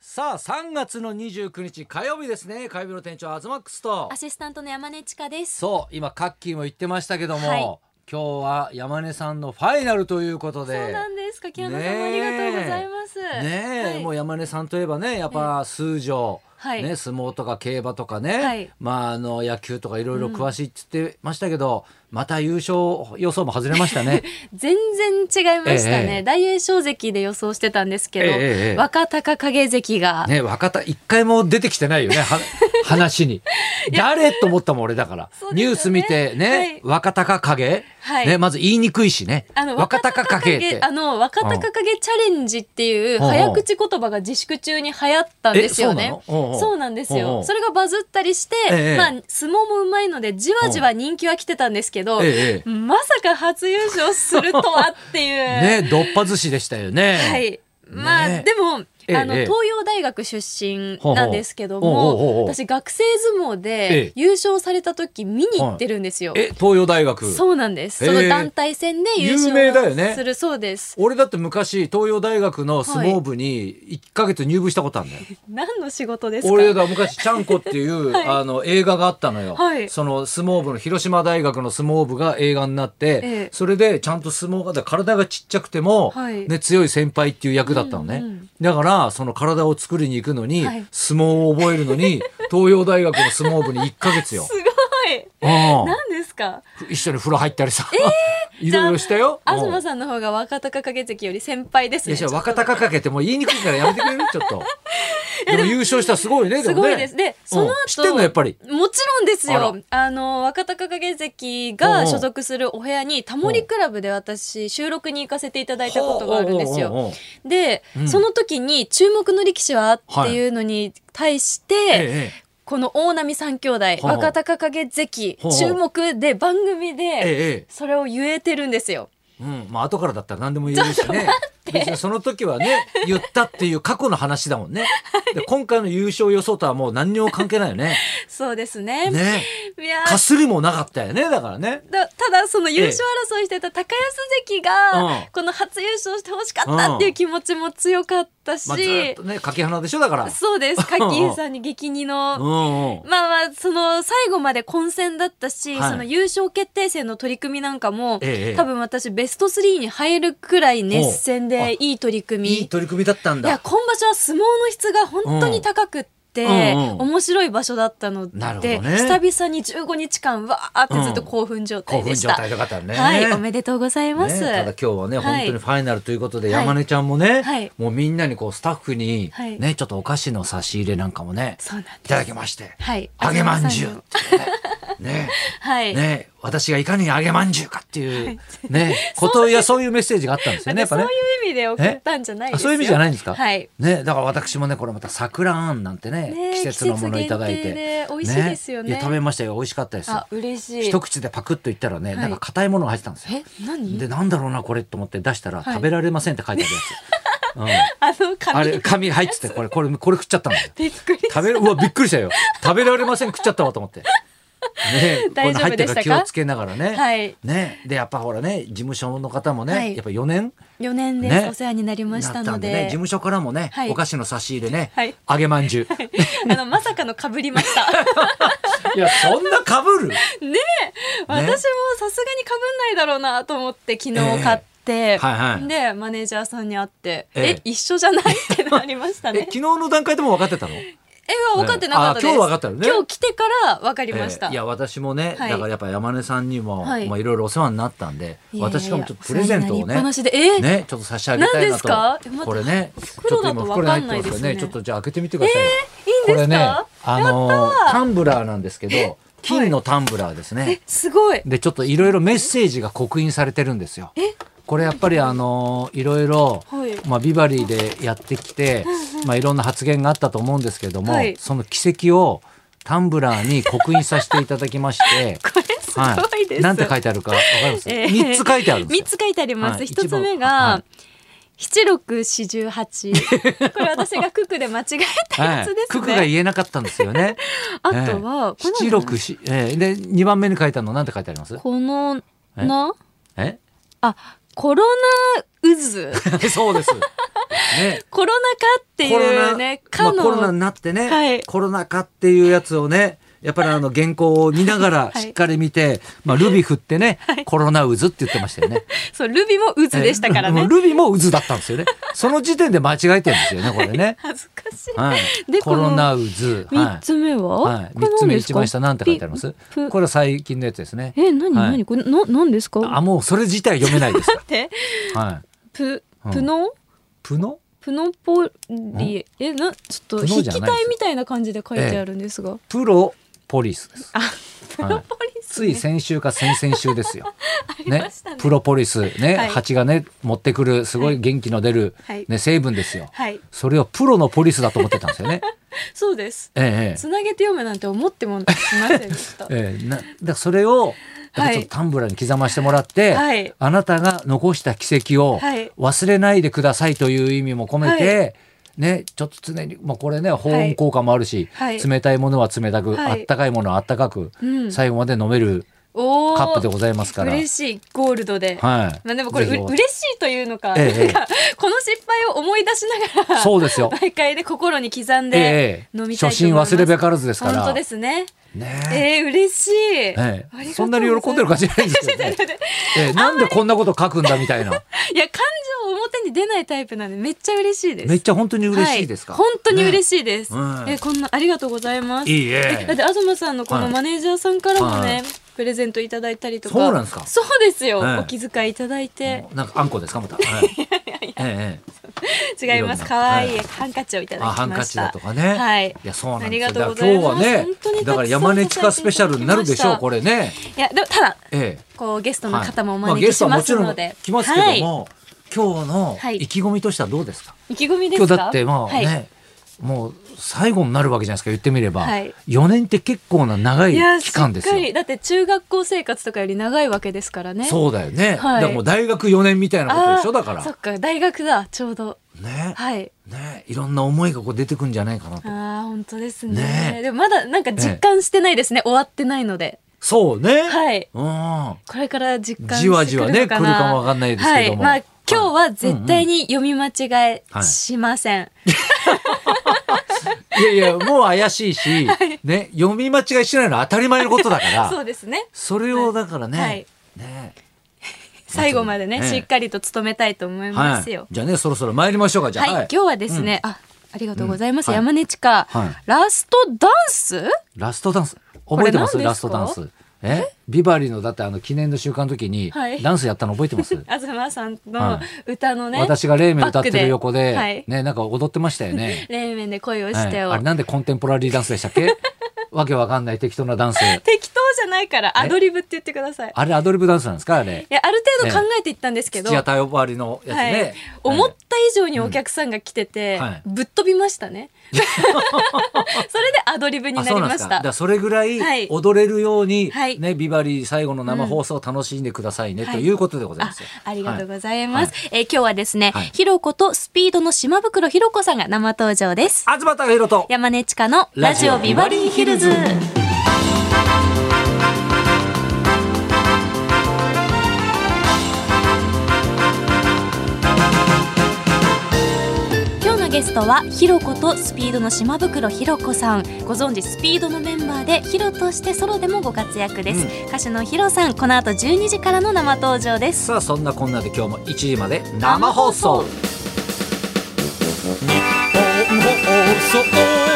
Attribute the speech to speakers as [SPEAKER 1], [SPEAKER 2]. [SPEAKER 1] さあ3月の29日火曜日ですね火曜日の店長アズマックスと
[SPEAKER 2] アシスタントの山根千佳です。
[SPEAKER 1] そう今カッキーも言ってましたけども、
[SPEAKER 2] はい
[SPEAKER 1] 今日は山根さんのファイナルということ
[SPEAKER 2] そう
[SPEAKER 1] で
[SPEAKER 2] なんです。柿山さん、
[SPEAKER 1] ねえ
[SPEAKER 2] ありがとうございます。
[SPEAKER 1] ねえ、
[SPEAKER 2] はい
[SPEAKER 1] もう山根さんといえばねやっぱ数女、
[SPEAKER 2] はい
[SPEAKER 1] ね、相撲とか競馬とかね、
[SPEAKER 2] はい
[SPEAKER 1] まあ、あの野球とかいろいろ詳しいって言ってましたけど、また優勝予想も外れま したね。
[SPEAKER 2] 全然違いました
[SPEAKER 1] え
[SPEAKER 2] ね。
[SPEAKER 1] え
[SPEAKER 2] 大栄翔関で予想してたんですけど、
[SPEAKER 1] ええええ
[SPEAKER 2] 若隆景関が、
[SPEAKER 1] ね若田一回も出てきてないよね は話に誰と思ったもん俺だから、
[SPEAKER 2] そうです
[SPEAKER 1] ニ
[SPEAKER 2] よね
[SPEAKER 1] ュース見てね、
[SPEAKER 2] はい
[SPEAKER 1] 若隆景、
[SPEAKER 2] はい
[SPEAKER 1] ねまず言いにくいしね
[SPEAKER 2] あの
[SPEAKER 1] 若隆景って
[SPEAKER 2] あの若隆景チャレンジっていう
[SPEAKER 1] うん
[SPEAKER 2] 早口言葉が自粛中に流行ったんですよ
[SPEAKER 1] え
[SPEAKER 2] ね
[SPEAKER 1] そう。なのうんうん
[SPEAKER 2] そうなんです
[SPEAKER 1] うんう
[SPEAKER 2] よ。
[SPEAKER 1] ん
[SPEAKER 2] それがバズったりして、
[SPEAKER 1] ええ
[SPEAKER 2] まあ相撲もうまいのでじわじわ人気は来てたんですけど、
[SPEAKER 1] ええ
[SPEAKER 2] まさか初優勝するとはっていう。
[SPEAKER 1] ねどっぱ寿司でしたよね。
[SPEAKER 2] はい。まあ、
[SPEAKER 1] ね
[SPEAKER 2] でも、
[SPEAKER 1] ええ
[SPEAKER 2] あの、
[SPEAKER 1] ええ
[SPEAKER 2] 東洋大学出身なんですけど
[SPEAKER 1] ほうほうほうほう
[SPEAKER 2] も、私学生相撲
[SPEAKER 1] ええ
[SPEAKER 2] で優勝された時見に行ってるんですよ。
[SPEAKER 1] え東洋大学
[SPEAKER 2] そうなんです。そ
[SPEAKER 1] ええ
[SPEAKER 2] の団体戦で優
[SPEAKER 1] 有名だよね
[SPEAKER 2] 勝するそうです。
[SPEAKER 1] 俺だって昔東洋大学の相撲部に1ヶ月入部したことあるんだよ。
[SPEAKER 2] 何の仕事ですか
[SPEAKER 1] 俺が昔「ちゃんこ」っていう、
[SPEAKER 2] はい
[SPEAKER 1] あの映画があったのよ、
[SPEAKER 2] はい
[SPEAKER 1] その相撲部の広島大学の相撲部が映画になって、
[SPEAKER 2] ええ
[SPEAKER 1] それでちゃんと相撲がだから体がちっちゃくても、
[SPEAKER 2] はい
[SPEAKER 1] ね、強い先輩っていう役だったのね、
[SPEAKER 2] うんうん
[SPEAKER 1] だからその体を作りに行くのに、
[SPEAKER 2] はい
[SPEAKER 1] 相撲を覚えるの に東洋大学の相撲部に1ヶ月よ
[SPEAKER 2] す。ご
[SPEAKER 1] うん
[SPEAKER 2] い。何ですか
[SPEAKER 1] 一緒に風呂入ったりさ、 いろいろしたよ。うん
[SPEAKER 2] 東さんの方が若隆景関より先輩です
[SPEAKER 1] いや
[SPEAKER 2] ね。
[SPEAKER 1] じゃあ若隆景ってもう言いにくいからやめてくれるちょっ と。でも優勝したらすごいね。
[SPEAKER 2] す
[SPEAKER 1] も
[SPEAKER 2] ご
[SPEAKER 1] ね
[SPEAKER 2] いです。で、その後、
[SPEAKER 1] 知ってんのやっぱり。
[SPEAKER 2] もちろんです
[SPEAKER 1] あら
[SPEAKER 2] よ。あの、若隆景関
[SPEAKER 1] うんう
[SPEAKER 2] が
[SPEAKER 1] ん
[SPEAKER 2] 所属するお部屋に、タモリクラブで私、収録に行かせていただいたことがあるんです
[SPEAKER 1] ほう
[SPEAKER 2] よ。
[SPEAKER 1] ほうほうほ
[SPEAKER 2] で、
[SPEAKER 1] うん
[SPEAKER 2] その時に、注目の力士はっていうのに対して、
[SPEAKER 1] う。ええ
[SPEAKER 2] この大波三兄弟、
[SPEAKER 1] ほう
[SPEAKER 2] 若隆景関
[SPEAKER 1] ほう、
[SPEAKER 2] 注目で番
[SPEAKER 1] え
[SPEAKER 2] 組
[SPEAKER 1] え
[SPEAKER 2] で、
[SPEAKER 1] ええ。
[SPEAKER 2] それを言えてるんですよ。
[SPEAKER 1] うん、まあ後からだったら何でも言えるしね。別にその時はね、言ったっていう過去の話だもんね。で今回の優勝予想とはもう何にも関係ないよね。
[SPEAKER 2] そうですね。
[SPEAKER 1] ね。
[SPEAKER 2] いやー
[SPEAKER 1] かすりもなかったよね、だからね。
[SPEAKER 2] だただその優勝争いしてた高安関が、
[SPEAKER 1] うん
[SPEAKER 2] この初優勝してほしかったっていう気持ちも強かったし、
[SPEAKER 1] まあずっとね、柿花でしょ、だから。
[SPEAKER 2] そうです。カッキーさんに激 似
[SPEAKER 1] う
[SPEAKER 2] の。
[SPEAKER 1] んうん。
[SPEAKER 2] まあまあ、その、最後まで混戦だったし、
[SPEAKER 1] はい
[SPEAKER 2] その優勝決定戦の取り組みなんかも、
[SPEAKER 1] ええ
[SPEAKER 2] 多分私ベスト3に入るくらい熱戦でいい取り組み。
[SPEAKER 1] いい取り組みだったん
[SPEAKER 2] いや、
[SPEAKER 1] だ。
[SPEAKER 2] 今場所は相撲の質が本当に高くっ
[SPEAKER 1] うんう
[SPEAKER 2] て、
[SPEAKER 1] ん
[SPEAKER 2] 面白い場所だったので、
[SPEAKER 1] なるほどね
[SPEAKER 2] 久々に15日間わーってずっと興奮状
[SPEAKER 1] 興
[SPEAKER 2] 態で
[SPEAKER 1] 奮
[SPEAKER 2] し
[SPEAKER 1] 状
[SPEAKER 2] た。
[SPEAKER 1] 態とかだったね。
[SPEAKER 2] はい、おめでとうございます。
[SPEAKER 1] ね、ただ今日はね、
[SPEAKER 2] はい
[SPEAKER 1] 本当にファイナルということで、
[SPEAKER 2] はい
[SPEAKER 1] 山根ちゃんもね、
[SPEAKER 2] はい
[SPEAKER 1] もうみんなにこうスタッフに、
[SPEAKER 2] はい
[SPEAKER 1] ね、ちょっとお菓子の差し入れなんかもね、
[SPEAKER 2] そうなん
[SPEAKER 1] い
[SPEAKER 2] です。
[SPEAKER 1] ただきまして、
[SPEAKER 2] はい。
[SPEAKER 1] 揚げまんじゅうっ
[SPEAKER 2] あの
[SPEAKER 1] ていうね。
[SPEAKER 2] は
[SPEAKER 1] ね
[SPEAKER 2] い。
[SPEAKER 1] ね、私がいかに揚げまんじゅうかっていう、
[SPEAKER 2] はい
[SPEAKER 1] ね、 ことやそういうメッセージがあったんですよね、やっぱ
[SPEAKER 2] そうい
[SPEAKER 1] ね
[SPEAKER 2] う。意味で送ったんじゃない
[SPEAKER 1] あ
[SPEAKER 2] です
[SPEAKER 1] そ
[SPEAKER 2] よ
[SPEAKER 1] ういう意味じゃないんですか、
[SPEAKER 2] はい。
[SPEAKER 1] ね、だから私もねこれまた桜あんなんてね
[SPEAKER 2] ね
[SPEAKER 1] 季節のものいただい
[SPEAKER 2] 季節限
[SPEAKER 1] て
[SPEAKER 2] 定で美味しいですよね
[SPEAKER 1] いや食べましたよ美味しかったですよ
[SPEAKER 2] あ、嬉しい。
[SPEAKER 1] 一口でパクッといったらね、
[SPEAKER 2] はい
[SPEAKER 1] なんか硬いものが入ってたんですよ
[SPEAKER 2] え、何
[SPEAKER 1] でなんだろうなこれと思って出したら
[SPEAKER 2] はい
[SPEAKER 1] 食べられませんって書いてあるやつ、
[SPEAKER 2] あの
[SPEAKER 1] うん、あれ
[SPEAKER 2] 紙。
[SPEAKER 1] 紙入っててこれこれこれ食っちゃったんだよ
[SPEAKER 2] びっくりした。
[SPEAKER 1] 食べるうわびっくりしたよ食べられません食っちゃったわと思ってねえこういう
[SPEAKER 2] 大
[SPEAKER 1] の
[SPEAKER 2] 丈
[SPEAKER 1] 入
[SPEAKER 2] 夫
[SPEAKER 1] って
[SPEAKER 2] で
[SPEAKER 1] る
[SPEAKER 2] し
[SPEAKER 1] か
[SPEAKER 2] たから
[SPEAKER 1] 気をつけながらね、
[SPEAKER 2] はい
[SPEAKER 1] ねえでやっぱほらね事務所の方もね、
[SPEAKER 2] はい
[SPEAKER 1] やっぱ4年
[SPEAKER 2] 4年です、
[SPEAKER 1] ね
[SPEAKER 2] お世話になり
[SPEAKER 1] な
[SPEAKER 2] ま
[SPEAKER 1] っ
[SPEAKER 2] したた
[SPEAKER 1] んで
[SPEAKER 2] ので。
[SPEAKER 1] ね事務所からもね、
[SPEAKER 2] はい
[SPEAKER 1] お菓子の差し入れね、
[SPEAKER 2] はい
[SPEAKER 1] 揚げまんじゅう、い、
[SPEAKER 2] あの、まさかの被りま した。
[SPEAKER 1] やそんなかぶる
[SPEAKER 2] 私もさすがに被んないだろうなと思って昨日買って。
[SPEAKER 1] はいはい
[SPEAKER 2] でマネージャーさんに会って「
[SPEAKER 1] ええ
[SPEAKER 2] え一緒じゃない?」ってなりました
[SPEAKER 1] え
[SPEAKER 2] ね
[SPEAKER 1] 昨日の段階でも分かってたの
[SPEAKER 2] え分かってなかったです、
[SPEAKER 1] あ今日分かったよね
[SPEAKER 2] 今日来てから分かりました、
[SPEAKER 1] えーいや私もね、
[SPEAKER 2] はい
[SPEAKER 1] だからやっぱ山根さんにも、
[SPEAKER 2] はい
[SPEAKER 1] まあいろいろお世話になったんで、
[SPEAKER 2] いやいや
[SPEAKER 1] 私がもちょっとプレゼントを
[SPEAKER 2] お世話になり
[SPEAKER 1] ね
[SPEAKER 2] っぱな。しでえ
[SPEAKER 1] ね、ちょっと差し上げたいなと。
[SPEAKER 2] 何ですかえ待って
[SPEAKER 1] これね、ちょっ
[SPEAKER 2] 袋
[SPEAKER 1] と
[SPEAKER 2] だ
[SPEAKER 1] 今
[SPEAKER 2] と
[SPEAKER 1] 袋
[SPEAKER 2] 分
[SPEAKER 1] に
[SPEAKER 2] か
[SPEAKER 1] 入っ
[SPEAKER 2] ん
[SPEAKER 1] て
[SPEAKER 2] な
[SPEAKER 1] ま
[SPEAKER 2] い
[SPEAKER 1] す
[SPEAKER 2] ですね
[SPEAKER 1] からね、ちょっとじゃあ開けてみてくださいよ。
[SPEAKER 2] いいんですか
[SPEAKER 1] あの
[SPEAKER 2] やったー
[SPEAKER 1] タンブラーなんですけど、金のタンブラーですね。
[SPEAKER 2] えすごい
[SPEAKER 1] でちょっといろいろメッセージが刻印されてるんですよ。
[SPEAKER 2] え
[SPEAKER 1] これやっぱりあのいろいろ
[SPEAKER 2] はい、
[SPEAKER 1] まあ、ビバリーでやってきて、まあ、いろんな発言があったと思うんですけども、
[SPEAKER 2] はい
[SPEAKER 1] その軌跡をタンブラーに刻印させていただきまして
[SPEAKER 2] これ すごいです、
[SPEAKER 1] なんて書いてあるかわかります、
[SPEAKER 2] えー
[SPEAKER 1] 三つ書いてあるんですよ
[SPEAKER 2] 3つ書いてありま
[SPEAKER 1] は
[SPEAKER 2] す、
[SPEAKER 1] い
[SPEAKER 2] 一1つ目が、
[SPEAKER 1] は
[SPEAKER 2] 七六四十八。これ私がククで間違えた
[SPEAKER 1] は
[SPEAKER 2] や
[SPEAKER 1] い
[SPEAKER 2] つです
[SPEAKER 1] 九
[SPEAKER 2] ね。
[SPEAKER 1] 九が言えなかったんですよね
[SPEAKER 2] あとは、
[SPEAKER 1] ええ七六四ええで二番目に書いてあるのなんて書いてあります
[SPEAKER 2] このな
[SPEAKER 1] え
[SPEAKER 2] あコロナ渦
[SPEAKER 1] そうですね。
[SPEAKER 2] コロナ禍って
[SPEAKER 1] コロ
[SPEAKER 2] い
[SPEAKER 1] ナ、
[SPEAKER 2] うね、
[SPEAKER 1] まあ
[SPEAKER 2] かの、
[SPEAKER 1] コロナになってね、
[SPEAKER 2] はい
[SPEAKER 1] コロナ禍っていうやつをね、やっぱりあの原稿を見ながら
[SPEAKER 2] はい
[SPEAKER 1] しっかり見て、まあルビ振ってね、コロナ渦って言ってましたよね。
[SPEAKER 2] そう、ルビも渦でしたから
[SPEAKER 1] えー
[SPEAKER 2] ね
[SPEAKER 1] もう。ルビも渦だったんですよね。その時点で間違えてるんですよね、これ ね。
[SPEAKER 2] 恥ずかしい。
[SPEAKER 1] はい。
[SPEAKER 2] で
[SPEAKER 1] コロナ渦。は
[SPEAKER 2] 三
[SPEAKER 1] い。
[SPEAKER 2] つ目は、
[SPEAKER 1] はい、
[SPEAKER 2] これ
[SPEAKER 1] 三
[SPEAKER 2] 何
[SPEAKER 1] つ目
[SPEAKER 2] です
[SPEAKER 1] 一
[SPEAKER 2] か
[SPEAKER 1] 番下なんて書いてあります
[SPEAKER 2] ピ
[SPEAKER 1] これは最近のやつですね。
[SPEAKER 2] え、なに
[SPEAKER 1] はい
[SPEAKER 2] なにこれ、な、なんですか
[SPEAKER 1] あ、もうそれ自体読めないですか
[SPEAKER 2] って、
[SPEAKER 1] ら。はい。
[SPEAKER 2] プ
[SPEAKER 1] う、ん
[SPEAKER 2] プノ、
[SPEAKER 1] プノ
[SPEAKER 2] プノポリ、え、な、ちょっと
[SPEAKER 1] プノ
[SPEAKER 2] 筆
[SPEAKER 1] じゃ
[SPEAKER 2] 記
[SPEAKER 1] ないです
[SPEAKER 2] 体みたいな感じで書いてあるんですが。
[SPEAKER 1] プロポリスです。
[SPEAKER 2] あ、プ
[SPEAKER 1] は
[SPEAKER 2] ロ
[SPEAKER 1] い
[SPEAKER 2] ポリス、
[SPEAKER 1] つい先週か先々週です よ。
[SPEAKER 2] り
[SPEAKER 1] ね
[SPEAKER 2] ましたね、
[SPEAKER 1] プロポリスね、
[SPEAKER 2] はい
[SPEAKER 1] 蜂がね持ってくるすごい元気の出る、
[SPEAKER 2] はい
[SPEAKER 1] ね、成分ですよ、
[SPEAKER 2] はい、
[SPEAKER 1] それをプロのポリスだと思ってたんですよ ね。
[SPEAKER 2] そうです。
[SPEAKER 1] ええ
[SPEAKER 2] つなげて読むなんて思ってもいませんでした。
[SPEAKER 1] ええなだからそれをやっぱちょっとタンブラーに刻ましてもらって、
[SPEAKER 2] はい
[SPEAKER 1] あなたが残した奇跡を
[SPEAKER 2] はい
[SPEAKER 1] 忘れないでくださいという意味も込めて、ね、ちょっと常に、まあ、これね保温効果もあるし、
[SPEAKER 2] はい
[SPEAKER 1] 冷たいものは冷たく、
[SPEAKER 2] はい
[SPEAKER 1] あったかいものはあったかく、
[SPEAKER 2] うん
[SPEAKER 1] 最後まで飲める
[SPEAKER 2] おお。
[SPEAKER 1] カップでございますから。
[SPEAKER 2] 嬉しい、ゴールドで。
[SPEAKER 1] はい、
[SPEAKER 2] まあ、でもこれう
[SPEAKER 1] ぜひお
[SPEAKER 2] 嬉しいというのか、
[SPEAKER 1] ええ
[SPEAKER 2] なんかこの失敗を思い出しながら
[SPEAKER 1] そうですよ
[SPEAKER 2] 毎回で心に刻んで
[SPEAKER 1] ええ
[SPEAKER 2] 飲みたい
[SPEAKER 1] 初
[SPEAKER 2] と思い
[SPEAKER 1] 心
[SPEAKER 2] ます、
[SPEAKER 1] 忘れべからずですから。
[SPEAKER 2] 本当ですね
[SPEAKER 1] ね
[SPEAKER 2] ええ嬉しい、
[SPEAKER 1] ええ
[SPEAKER 2] ありがとうございます
[SPEAKER 1] そんなに喜んでる感じじゃないんですよ ね。ええなんでこんなこと書くんだみたいな。
[SPEAKER 2] いや感情を表に出ないタイプなんでめっちゃ嬉しいです
[SPEAKER 1] めっちゃ本当に
[SPEAKER 2] ゃ
[SPEAKER 1] 嬉しいですか。
[SPEAKER 2] 本当に
[SPEAKER 1] し
[SPEAKER 2] 嬉しいです、
[SPEAKER 1] ねうん
[SPEAKER 2] えこんなありがとうございます
[SPEAKER 1] いい
[SPEAKER 2] だっ
[SPEAKER 1] え。
[SPEAKER 2] て東さんのこの
[SPEAKER 1] はい
[SPEAKER 2] マネージャーさんからもね、
[SPEAKER 1] はい
[SPEAKER 2] プレゼントいただいたりとか
[SPEAKER 1] そうなんですか
[SPEAKER 2] そうですよ、
[SPEAKER 1] ええ
[SPEAKER 2] お気遣いいただいて
[SPEAKER 1] なんかあんこですかまた。はいええええ
[SPEAKER 2] 違い
[SPEAKER 1] いろ
[SPEAKER 2] ま
[SPEAKER 1] ん
[SPEAKER 2] す
[SPEAKER 1] な
[SPEAKER 2] 可愛い
[SPEAKER 1] はい
[SPEAKER 2] ハンカチをいただきま
[SPEAKER 1] あ
[SPEAKER 2] した
[SPEAKER 1] ハンカチだとかね。
[SPEAKER 2] はい
[SPEAKER 1] やそうなんです
[SPEAKER 2] あ
[SPEAKER 1] よ。
[SPEAKER 2] りがとうご
[SPEAKER 1] だか
[SPEAKER 2] ざ
[SPEAKER 1] ら
[SPEAKER 2] い
[SPEAKER 1] 今日
[SPEAKER 2] ま
[SPEAKER 1] は
[SPEAKER 2] す
[SPEAKER 1] ね
[SPEAKER 2] 本当にたくさん
[SPEAKER 1] だから山根地下スペシャルになるでしょうこれね。
[SPEAKER 2] いやでもただ
[SPEAKER 1] ええ。
[SPEAKER 2] こうゲストの
[SPEAKER 1] はい
[SPEAKER 2] 方もお
[SPEAKER 1] まあ
[SPEAKER 2] 招
[SPEAKER 1] ゲ
[SPEAKER 2] き
[SPEAKER 1] ス
[SPEAKER 2] し
[SPEAKER 1] トは
[SPEAKER 2] ま
[SPEAKER 1] もち
[SPEAKER 2] す
[SPEAKER 1] ろ
[SPEAKER 2] の
[SPEAKER 1] ん
[SPEAKER 2] で、
[SPEAKER 1] 来ますけども、今日の
[SPEAKER 2] はい
[SPEAKER 1] 意気込みとしてはどうですか。
[SPEAKER 2] はい、意気込みで
[SPEAKER 1] 今
[SPEAKER 2] す
[SPEAKER 1] 日
[SPEAKER 2] か
[SPEAKER 1] だってまあね、
[SPEAKER 2] はい
[SPEAKER 1] もう最後になるわけじゃないですか言ってみれば、
[SPEAKER 2] はい
[SPEAKER 1] 4年って結構な長い
[SPEAKER 2] いや
[SPEAKER 1] 期間ですよ
[SPEAKER 2] しっかりだって中学校生活とかより長いわけですからねう
[SPEAKER 1] そうだよね、
[SPEAKER 2] はい
[SPEAKER 1] だからもう大学4年みたいなことでしょだか
[SPEAKER 2] そっ
[SPEAKER 1] ら
[SPEAKER 2] か大学だちょうど
[SPEAKER 1] ね
[SPEAKER 2] はい
[SPEAKER 1] ねいろんな思いがこう出てくんじゃないかな
[SPEAKER 2] あ
[SPEAKER 1] と
[SPEAKER 2] ー本当ですね
[SPEAKER 1] ねえ
[SPEAKER 2] でもまだなんか実感してないですね、終わってないので
[SPEAKER 1] そうね、
[SPEAKER 2] はい
[SPEAKER 1] うん
[SPEAKER 2] これから実感して
[SPEAKER 1] じわじわね来るかもわかんないですけども、
[SPEAKER 2] はい、まあ今日は絶対に読み間違えしません、
[SPEAKER 1] いやいやもう怪しい し、ね読み間違いしないのは当たり前のことだか
[SPEAKER 2] そう
[SPEAKER 1] ら
[SPEAKER 2] ですね
[SPEAKER 1] それをだからね、
[SPEAKER 2] はい
[SPEAKER 1] ね
[SPEAKER 2] 最後までね、
[SPEAKER 1] ええ
[SPEAKER 2] しっかりと務めたいと思いますよ。
[SPEAKER 1] じゃあねそろそろ参りましょうかじゃあ、
[SPEAKER 2] はい、今日はですね、あ、ありがとうございます。
[SPEAKER 1] うんはい
[SPEAKER 2] 山根ちか、
[SPEAKER 1] はい
[SPEAKER 2] ラストダンス。
[SPEAKER 1] ラストダンス覚えてます
[SPEAKER 2] これ何ですか
[SPEAKER 1] ラストダンスえビバリーのだってあの記念の週間の時に
[SPEAKER 2] はい
[SPEAKER 1] ダンスやったの覚えて ます、
[SPEAKER 2] 東さんの
[SPEAKER 1] は
[SPEAKER 2] 歌のね、
[SPEAKER 1] 私が冷麺歌ってる横で
[SPEAKER 2] バックではい
[SPEAKER 1] ねなんか踊ってました よね
[SPEAKER 2] 冷麺で恋を
[SPEAKER 1] は
[SPEAKER 2] して
[SPEAKER 1] い、
[SPEAKER 2] を、
[SPEAKER 1] あれなんでコンテンポラリーダンスでしたっ けわけわかんない適当なダンス
[SPEAKER 2] 適当じゃないからアドリブって言ってください。
[SPEAKER 1] あれアドリブダンスなんですかあれ
[SPEAKER 2] いやある程度考えていったんですけど、
[SPEAKER 1] 土屋太鳳割りのやつ
[SPEAKER 2] はい、
[SPEAKER 1] ね、
[SPEAKER 2] 思った以上にお客さんが来てて、
[SPEAKER 1] うんはい
[SPEAKER 2] ぶっ飛びまし たね。それでアドリブにな
[SPEAKER 1] あ
[SPEAKER 2] り
[SPEAKER 1] そうなん
[SPEAKER 2] ま
[SPEAKER 1] で
[SPEAKER 2] し
[SPEAKER 1] すか
[SPEAKER 2] た。
[SPEAKER 1] だからそれぐら
[SPEAKER 2] はい
[SPEAKER 1] い踊れるように、
[SPEAKER 2] はい
[SPEAKER 1] ね、ビバリー最後の生放送を楽しんでくださいね、
[SPEAKER 2] はい
[SPEAKER 1] ということでございますよ、
[SPEAKER 2] あありがとうございます。えー今日はですね、
[SPEAKER 1] はい
[SPEAKER 2] ひろことスピードの島袋ひろこさんが生登場です。
[SPEAKER 1] はい、東隆弘と
[SPEAKER 2] 山根ちかのラジオビバリーヒルズ。今日のゲストはひろことスピードの島袋ひろこさんご存知スピードのメンバーでひろとしてソロでもご活躍です、
[SPEAKER 1] う
[SPEAKER 2] 歌手のひろさんこの後12時からの生登場です
[SPEAKER 1] さあそんなこんなで今日も1時まで生放送日本放送